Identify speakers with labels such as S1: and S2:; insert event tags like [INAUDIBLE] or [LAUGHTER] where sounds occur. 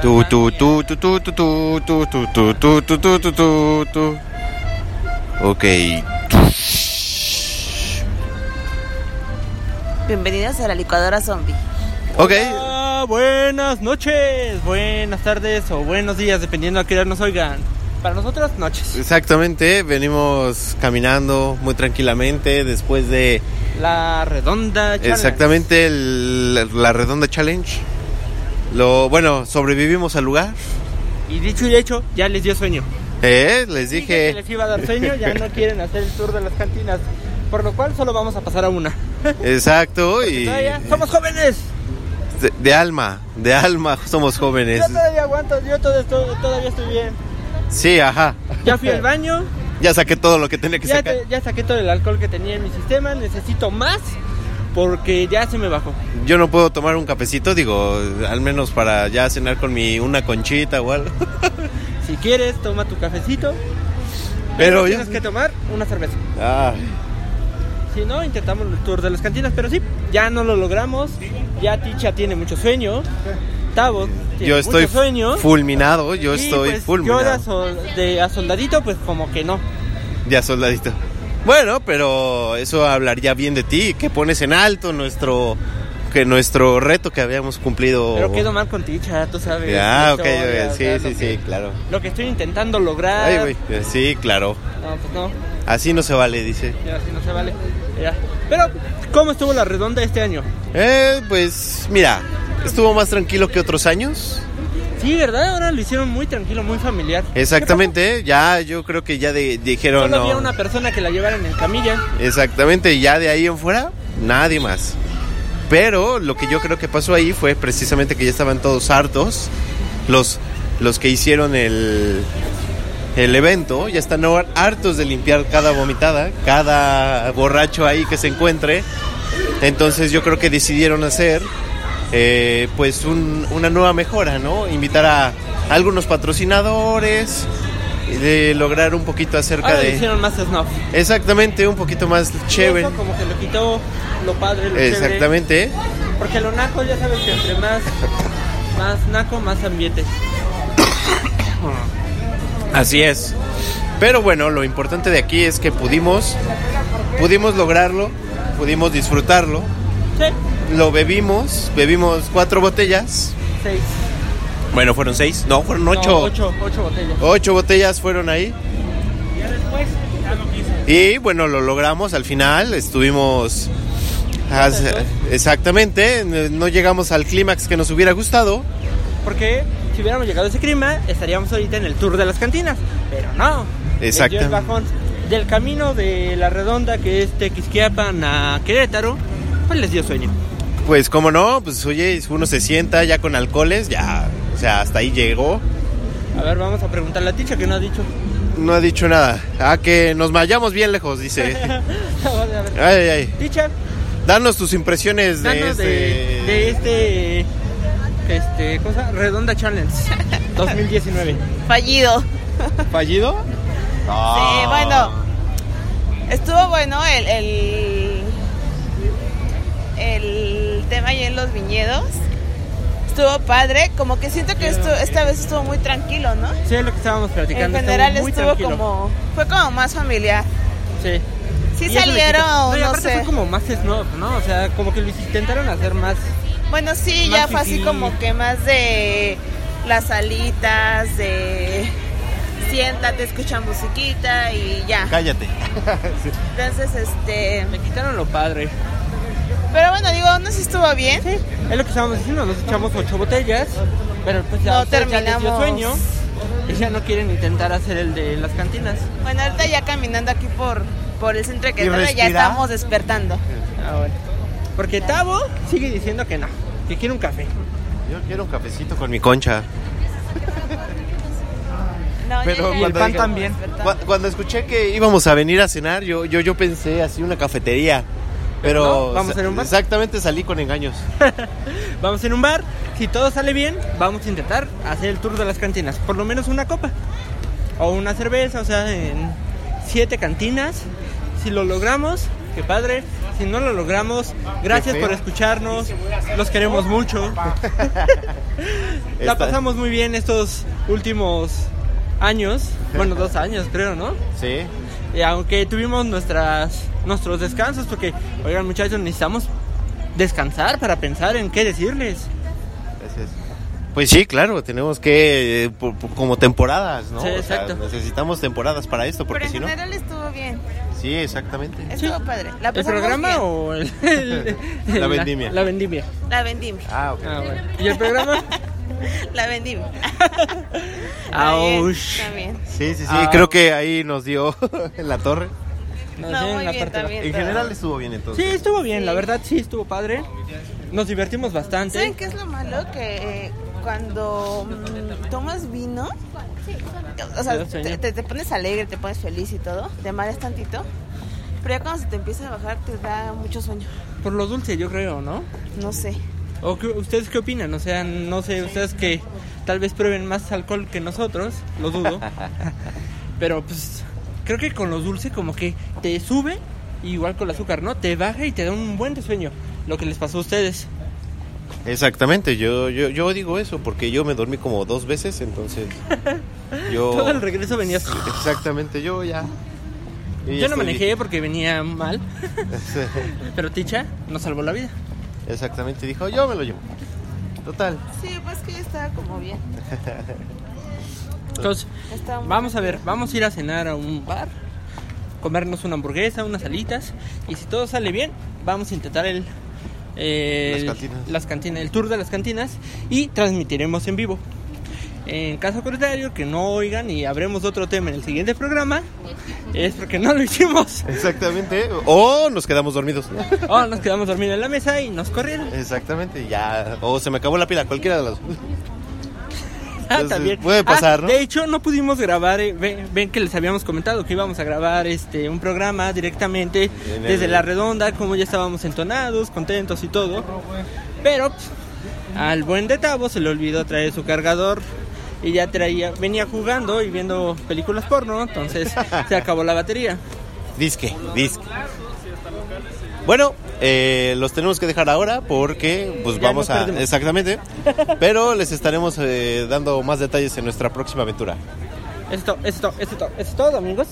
S1: Tu, tu, tu, tu, tu, tu, tu, tu, tu, tu, tu, tu, tu, tu, tu, tu. Ok.
S2: Bienvenidos a la licuadora zombie.
S1: Ok.
S3: Hola, Ah, buenas noches, buenas tardes o buenos días, dependiendo a qué hora nos oigan. Para nosotros, noches.
S1: Exactamente, venimos caminando muy tranquilamente después de
S3: La redonda challenge.
S1: exactamente el- la, redonda challenge. Lo bueno, sobrevivimos al lugar.
S3: Y dicho y hecho, ya les dio sueño.
S1: Eh, les
S3: que
S1: dije,
S3: les iba a dar sueño, ya no quieren hacer el tour de las cantinas. Por lo cual, solo vamos a pasar a una. [LAUGHS]
S1: exacto y
S3: Todavía somos jóvenes.
S1: de, de alma, de alma somos jóvenes.
S3: Yo todavía aguanto, yo todo estoy, todavía estoy bien.
S1: Sí, ajá.
S3: Ya fui al baño,
S1: Ya saqué todo lo que tenía que
S3: ya,
S1: sacar.
S3: te- ya saqué todo el alcohol que tenía en mi sistema, necesito más porque ya se me bajó.
S1: Yo no puedo tomar un cafecito, digo, al menos para ya cenar con mi una conchita o
S3: [LAUGHS]
S1: algo.
S3: Si quieres, toma tu cafecito.
S1: Pero ya
S3: tienes que tomar una cerveza.
S1: Ah,
S3: Si no, intentamos el tour de las cantinas, pero sí, ya no lo logramos. Ya Ticha tiene mucho sueño. Tavo tiene
S1: yo estoy
S3: mucho sueño.
S1: fulminado, yo
S3: y,
S1: estoy
S3: pues, Yo de,
S1: fulminado.
S3: aso- de asoldadito, pues como que no.
S1: Ya soldadito. Bueno, pero eso hablaría bien de ti, que pones en alto nuestro que nuestro reto que habíamos cumplido.
S3: Pero quedo mal con Ticha, tú sabes.
S1: Ah,
S3: la
S1: Oh. ok,
S3: historia,
S1: ok,
S3: o sea,
S1: sí,
S3: lo
S1: sí, sí,
S3: que- Ah.
S1: claro.
S3: Lo que estoy intentando lograr.
S1: Ay, güey, eh, sí, claro.
S3: No, pues no,
S1: Así no se vale, dice.
S3: ya, así no se vale. Ya. Pero, ¿cómo estuvo la redonda este año?
S1: Eh, pues mira, estuvo más tranquilo que otros años.
S3: Sí, ¿verdad? Ahora lo hicieron muy tranquilo, muy familiar.
S1: Exactamente, ya yo creo que ya de- dijeron
S3: Solo
S1: no.
S3: había una persona que la llevaran en camilla.
S1: Exactamente, ya de ahí en fuera, nadie más. Pero lo que yo creo que pasó ahí fue precisamente que ya estaban todos hartos. Los, los que hicieron el, el evento ya están ahora hartos de limpiar cada vomitada, cada borracho ahí que se encuentre. Entonces yo creo que decidieron hacer eh, pues un- una nueva mejora, ¿no? Invitar a algunos patrocinadores, eh, de lograr un poquito acerca
S3: Ahora
S1: de...
S3: le Ah, hicieron más snuff.
S1: Exactamente, un poquito más chévere.
S3: Eso como que lo quitó lo padre, lo chévere.
S1: Exactamente.
S3: Porque lo naco ya sabes que entre más, más naco, más ambiente.
S1: Así es. Pero bueno, lo importante de aquí es que pudimos pudimos lograrlo, pudimos disfrutarlo.
S3: Sí,
S1: Lo bebimos, bebimos cuatro botellas.
S3: seis.
S1: Bueno, fueron seis. No, fueron
S3: No,
S1: ocho.
S3: ocho, ocho botellas.
S1: Ocho botellas fueron ahí.
S3: Ya después, ya no quise.
S1: Y bueno, lo logramos al final. Estuvimos. as-
S3: ¿Contentos?
S1: Exactamente. No llegamos al clímax que nos hubiera gustado.
S3: Porque si hubiéramos llegado a ese clima, estaríamos ahorita en el tour de las cantinas. Pero no. les dio
S1: Exactamente.
S3: el bajón. Del camino de la redonda que es Tequisquiapan a Querétaro, pues les dio sueño.
S1: Pues cómo no, pues oye, uno se sienta ya con alcoholes, ya, o sea, hasta ahí llegó.
S3: A ver, vamos a preguntarle a Ticha que no ha dicho. [LAUGHS]
S1: No ha dicho nada. Ah, que nos vayamos bien
S3: [LAUGHS]
S1: lejos, dice. ay,
S3: Vamos a ver.
S1: ay, ay.
S3: Ticha,
S1: Danos tus impresiones de
S3: Danos
S1: este.
S3: de, Ah, de este este cosa redonda challenge
S1: [LAUGHS]
S3: 2019
S2: Fallido.
S1: fallido. Ah,
S2: Sí, bueno. Estuvo bueno el, el, el tema ahí en los viñedos. Estuvo padre. Como que siento que estu- esta vez estuvo muy tranquilo, ¿no?
S3: sí es lo que estábamos
S2: En
S3: platicando
S2: general
S3: estuvo muy
S2: estuvo
S3: tranquilo.
S2: como... Fue como más familiar.
S3: sí
S2: Sí
S3: Y eso le quita-
S2: salieron,
S3: y
S2: no
S3: aparte
S2: sé.
S3: fue como más snob no o sea como que lo intentaron hacer más
S2: Bueno, sí,
S3: más
S2: ya fue así
S3: fifí.
S2: como que más de las alitas, de siéntate, escucha musiquita y ya.
S1: Cállate.
S2: Entonces, este...
S3: le quitaron lo padre
S2: Pero bueno, digo, no sé si estuvo bien.
S3: sí es lo que estábamos diciendo nos echamos ocho botellas pero pues ya,
S2: No
S3: o sea, ya les dio
S2: terminamos.
S3: sueño y ya no quieren intentar hacer el de las cantinas
S2: Bueno, ahorita ya caminando aquí por, por el centro de Querétaro ya
S1: respirar?
S2: estamos despertando.
S3: ah, bueno. porque Tavo sigue diciendo que no que quiere un café
S1: Yo quiero un cafecito con mi concha.
S2: No, ya-
S1: Pero
S2: ya
S1: cuando
S2: estamos
S1: dije-
S3: también.
S2: despertando.
S1: Cu- Cuando escuché que íbamos a venir a cenar, yo, yo, yo pensé así una cafetería. Pero
S3: No, vamos a ir a un bar.
S1: exactamente salí con engaños.
S3: Vamos en un bar, si todo sale bien, vamos a intentar hacer el tour de las cantinas, por lo menos una copa o una cerveza, o sea, en siete cantinas. Si lo logramos, qué padre. Si no lo logramos, gracias
S1: feo.
S3: por escucharnos. Los queremos mucho.
S1: Esta-
S3: La pasamos muy bien estos últimos años. Bueno, dos años creo, ¿no?
S1: Sí.
S3: Y aunque tuvimos nuestras, nuestros descansos, porque, oigan muchachos, necesitamos descansar para pensar en qué decirles.
S1: Gracias. Pues sí, claro, tenemos que, eh, por- por- como temporadas, ¿no?
S3: Sí,
S1: O sea,
S3: exacto.
S1: necesitamos temporadas para esto,
S2: Pero
S1: porque
S2: en
S1: si no...
S2: general estuvo bien.
S1: Sí, exactamente.
S2: Estuvo padre. La
S3: ¿El
S2: pasamos
S3: programa
S2: bien.
S3: o el, [LAUGHS] el-
S1: La vendimia.
S3: La, vendimia.
S2: La vendimos.
S1: Ah, ok.
S3: Ah, bueno. ¿Y el [LAUGHS] programa? [LAUGHS]
S2: La vendimos.
S3: Aush.
S2: También.
S1: Sí, sí, sí,
S3: Ah.
S1: creo que ahí nos dio [LAUGHS] en la torre.
S2: No,
S3: sé, en
S2: muy
S3: la parte de
S2: bien
S3: abajo.
S2: también.
S1: En
S2: todo.
S1: general estuvo bien entonces.
S3: Sí, estuvo bien, la
S2: Sí.
S3: verdad sí estuvo padre. Nos divertimos
S2: ¿Saben
S3: bastante.
S2: qué es lo malo? Que eh, cuando mm, tomas vino, o
S3: Te
S2: sea,
S3: da sueño.
S2: te, te- te pones alegre, te pones feliz y todo, te mareas tantito, pero ya cuando se te empieza a bajar te da mucho sueño.
S3: Por lo dulce, yo creo, ¿no?
S2: No sé.
S3: ¿O qué- ustedes qué opinan? O sea, no sé, ustedes que tal vez prueben más alcohol que nosotros, lo
S2: [LAUGHS]
S3: dudo. Pero pues creo que con lo dulce como que te sube, igual con el azúcar, ¿no? Te baja y te da un buen de sueño, lo que les pasó a ustedes.
S1: Exactamente, yo, yo, yo digo eso porque yo me dormí como dos
S3: [LAUGHS]
S1: veces, entonces yo...
S3: Todo el regreso venías...
S1: Exactamente, yo ya...
S3: Yo
S1: ya
S3: no
S1: estoy-
S3: manejé porque venía
S1: [LAUGHS]
S3: mal, pero Ticha nos salvó la vida.
S1: Exactamente, dijo, yo me lo llevo. Total.
S2: Sí, pues que estaba como bien.
S3: Entonces,
S2: Estaba muy
S3: Vamos a ver, vamos a ir a cenar a un bar, comernos una hamburguesa, unas alitas, y si todo sale bien, vamos a intentar el, eh,
S1: Las
S3: el-
S1: cantinas.
S3: las cantinas, el tour de las cantinas y transmitiremos en vivo. En caso contrario, que no oigan y habremos otro tema en el siguiente programa, es porque no lo hicimos. [LAUGHS]
S1: Exactamente. O nos quedamos dormidos.
S3: O nos quedamos dormidos en la mesa y nos corrieron.
S1: Exactamente, ya. O se me acabó la pila, cualquiera de las.
S3: [LAUGHS] Ah,
S1: Entonces,
S3: también.
S1: puede pasar, ¿no?
S3: De hecho, no pudimos grabar, eh, ve- ven que les habíamos comentado que íbamos a grabar este un programa directamente
S1: En el-
S3: desde La Redonda, como ya estábamos entonados, contentos y todo. Pero pf, al buen de Tavo se le olvidó traer su cargador y ya traía, venía jugando y viendo películas porno,
S1: [LAUGHS]
S3: entonces se acabó la batería.
S1: Disque, disque. Bueno, eh, los tenemos que dejar ahora porque pues
S3: Ya
S1: vamos
S3: nos
S1: a...
S3: perdimos.
S1: Exactamente. Pero les estaremos eh, dando más detalles en nuestra próxima aventura.
S3: Esto, esto, esto, esto es todo, amigos.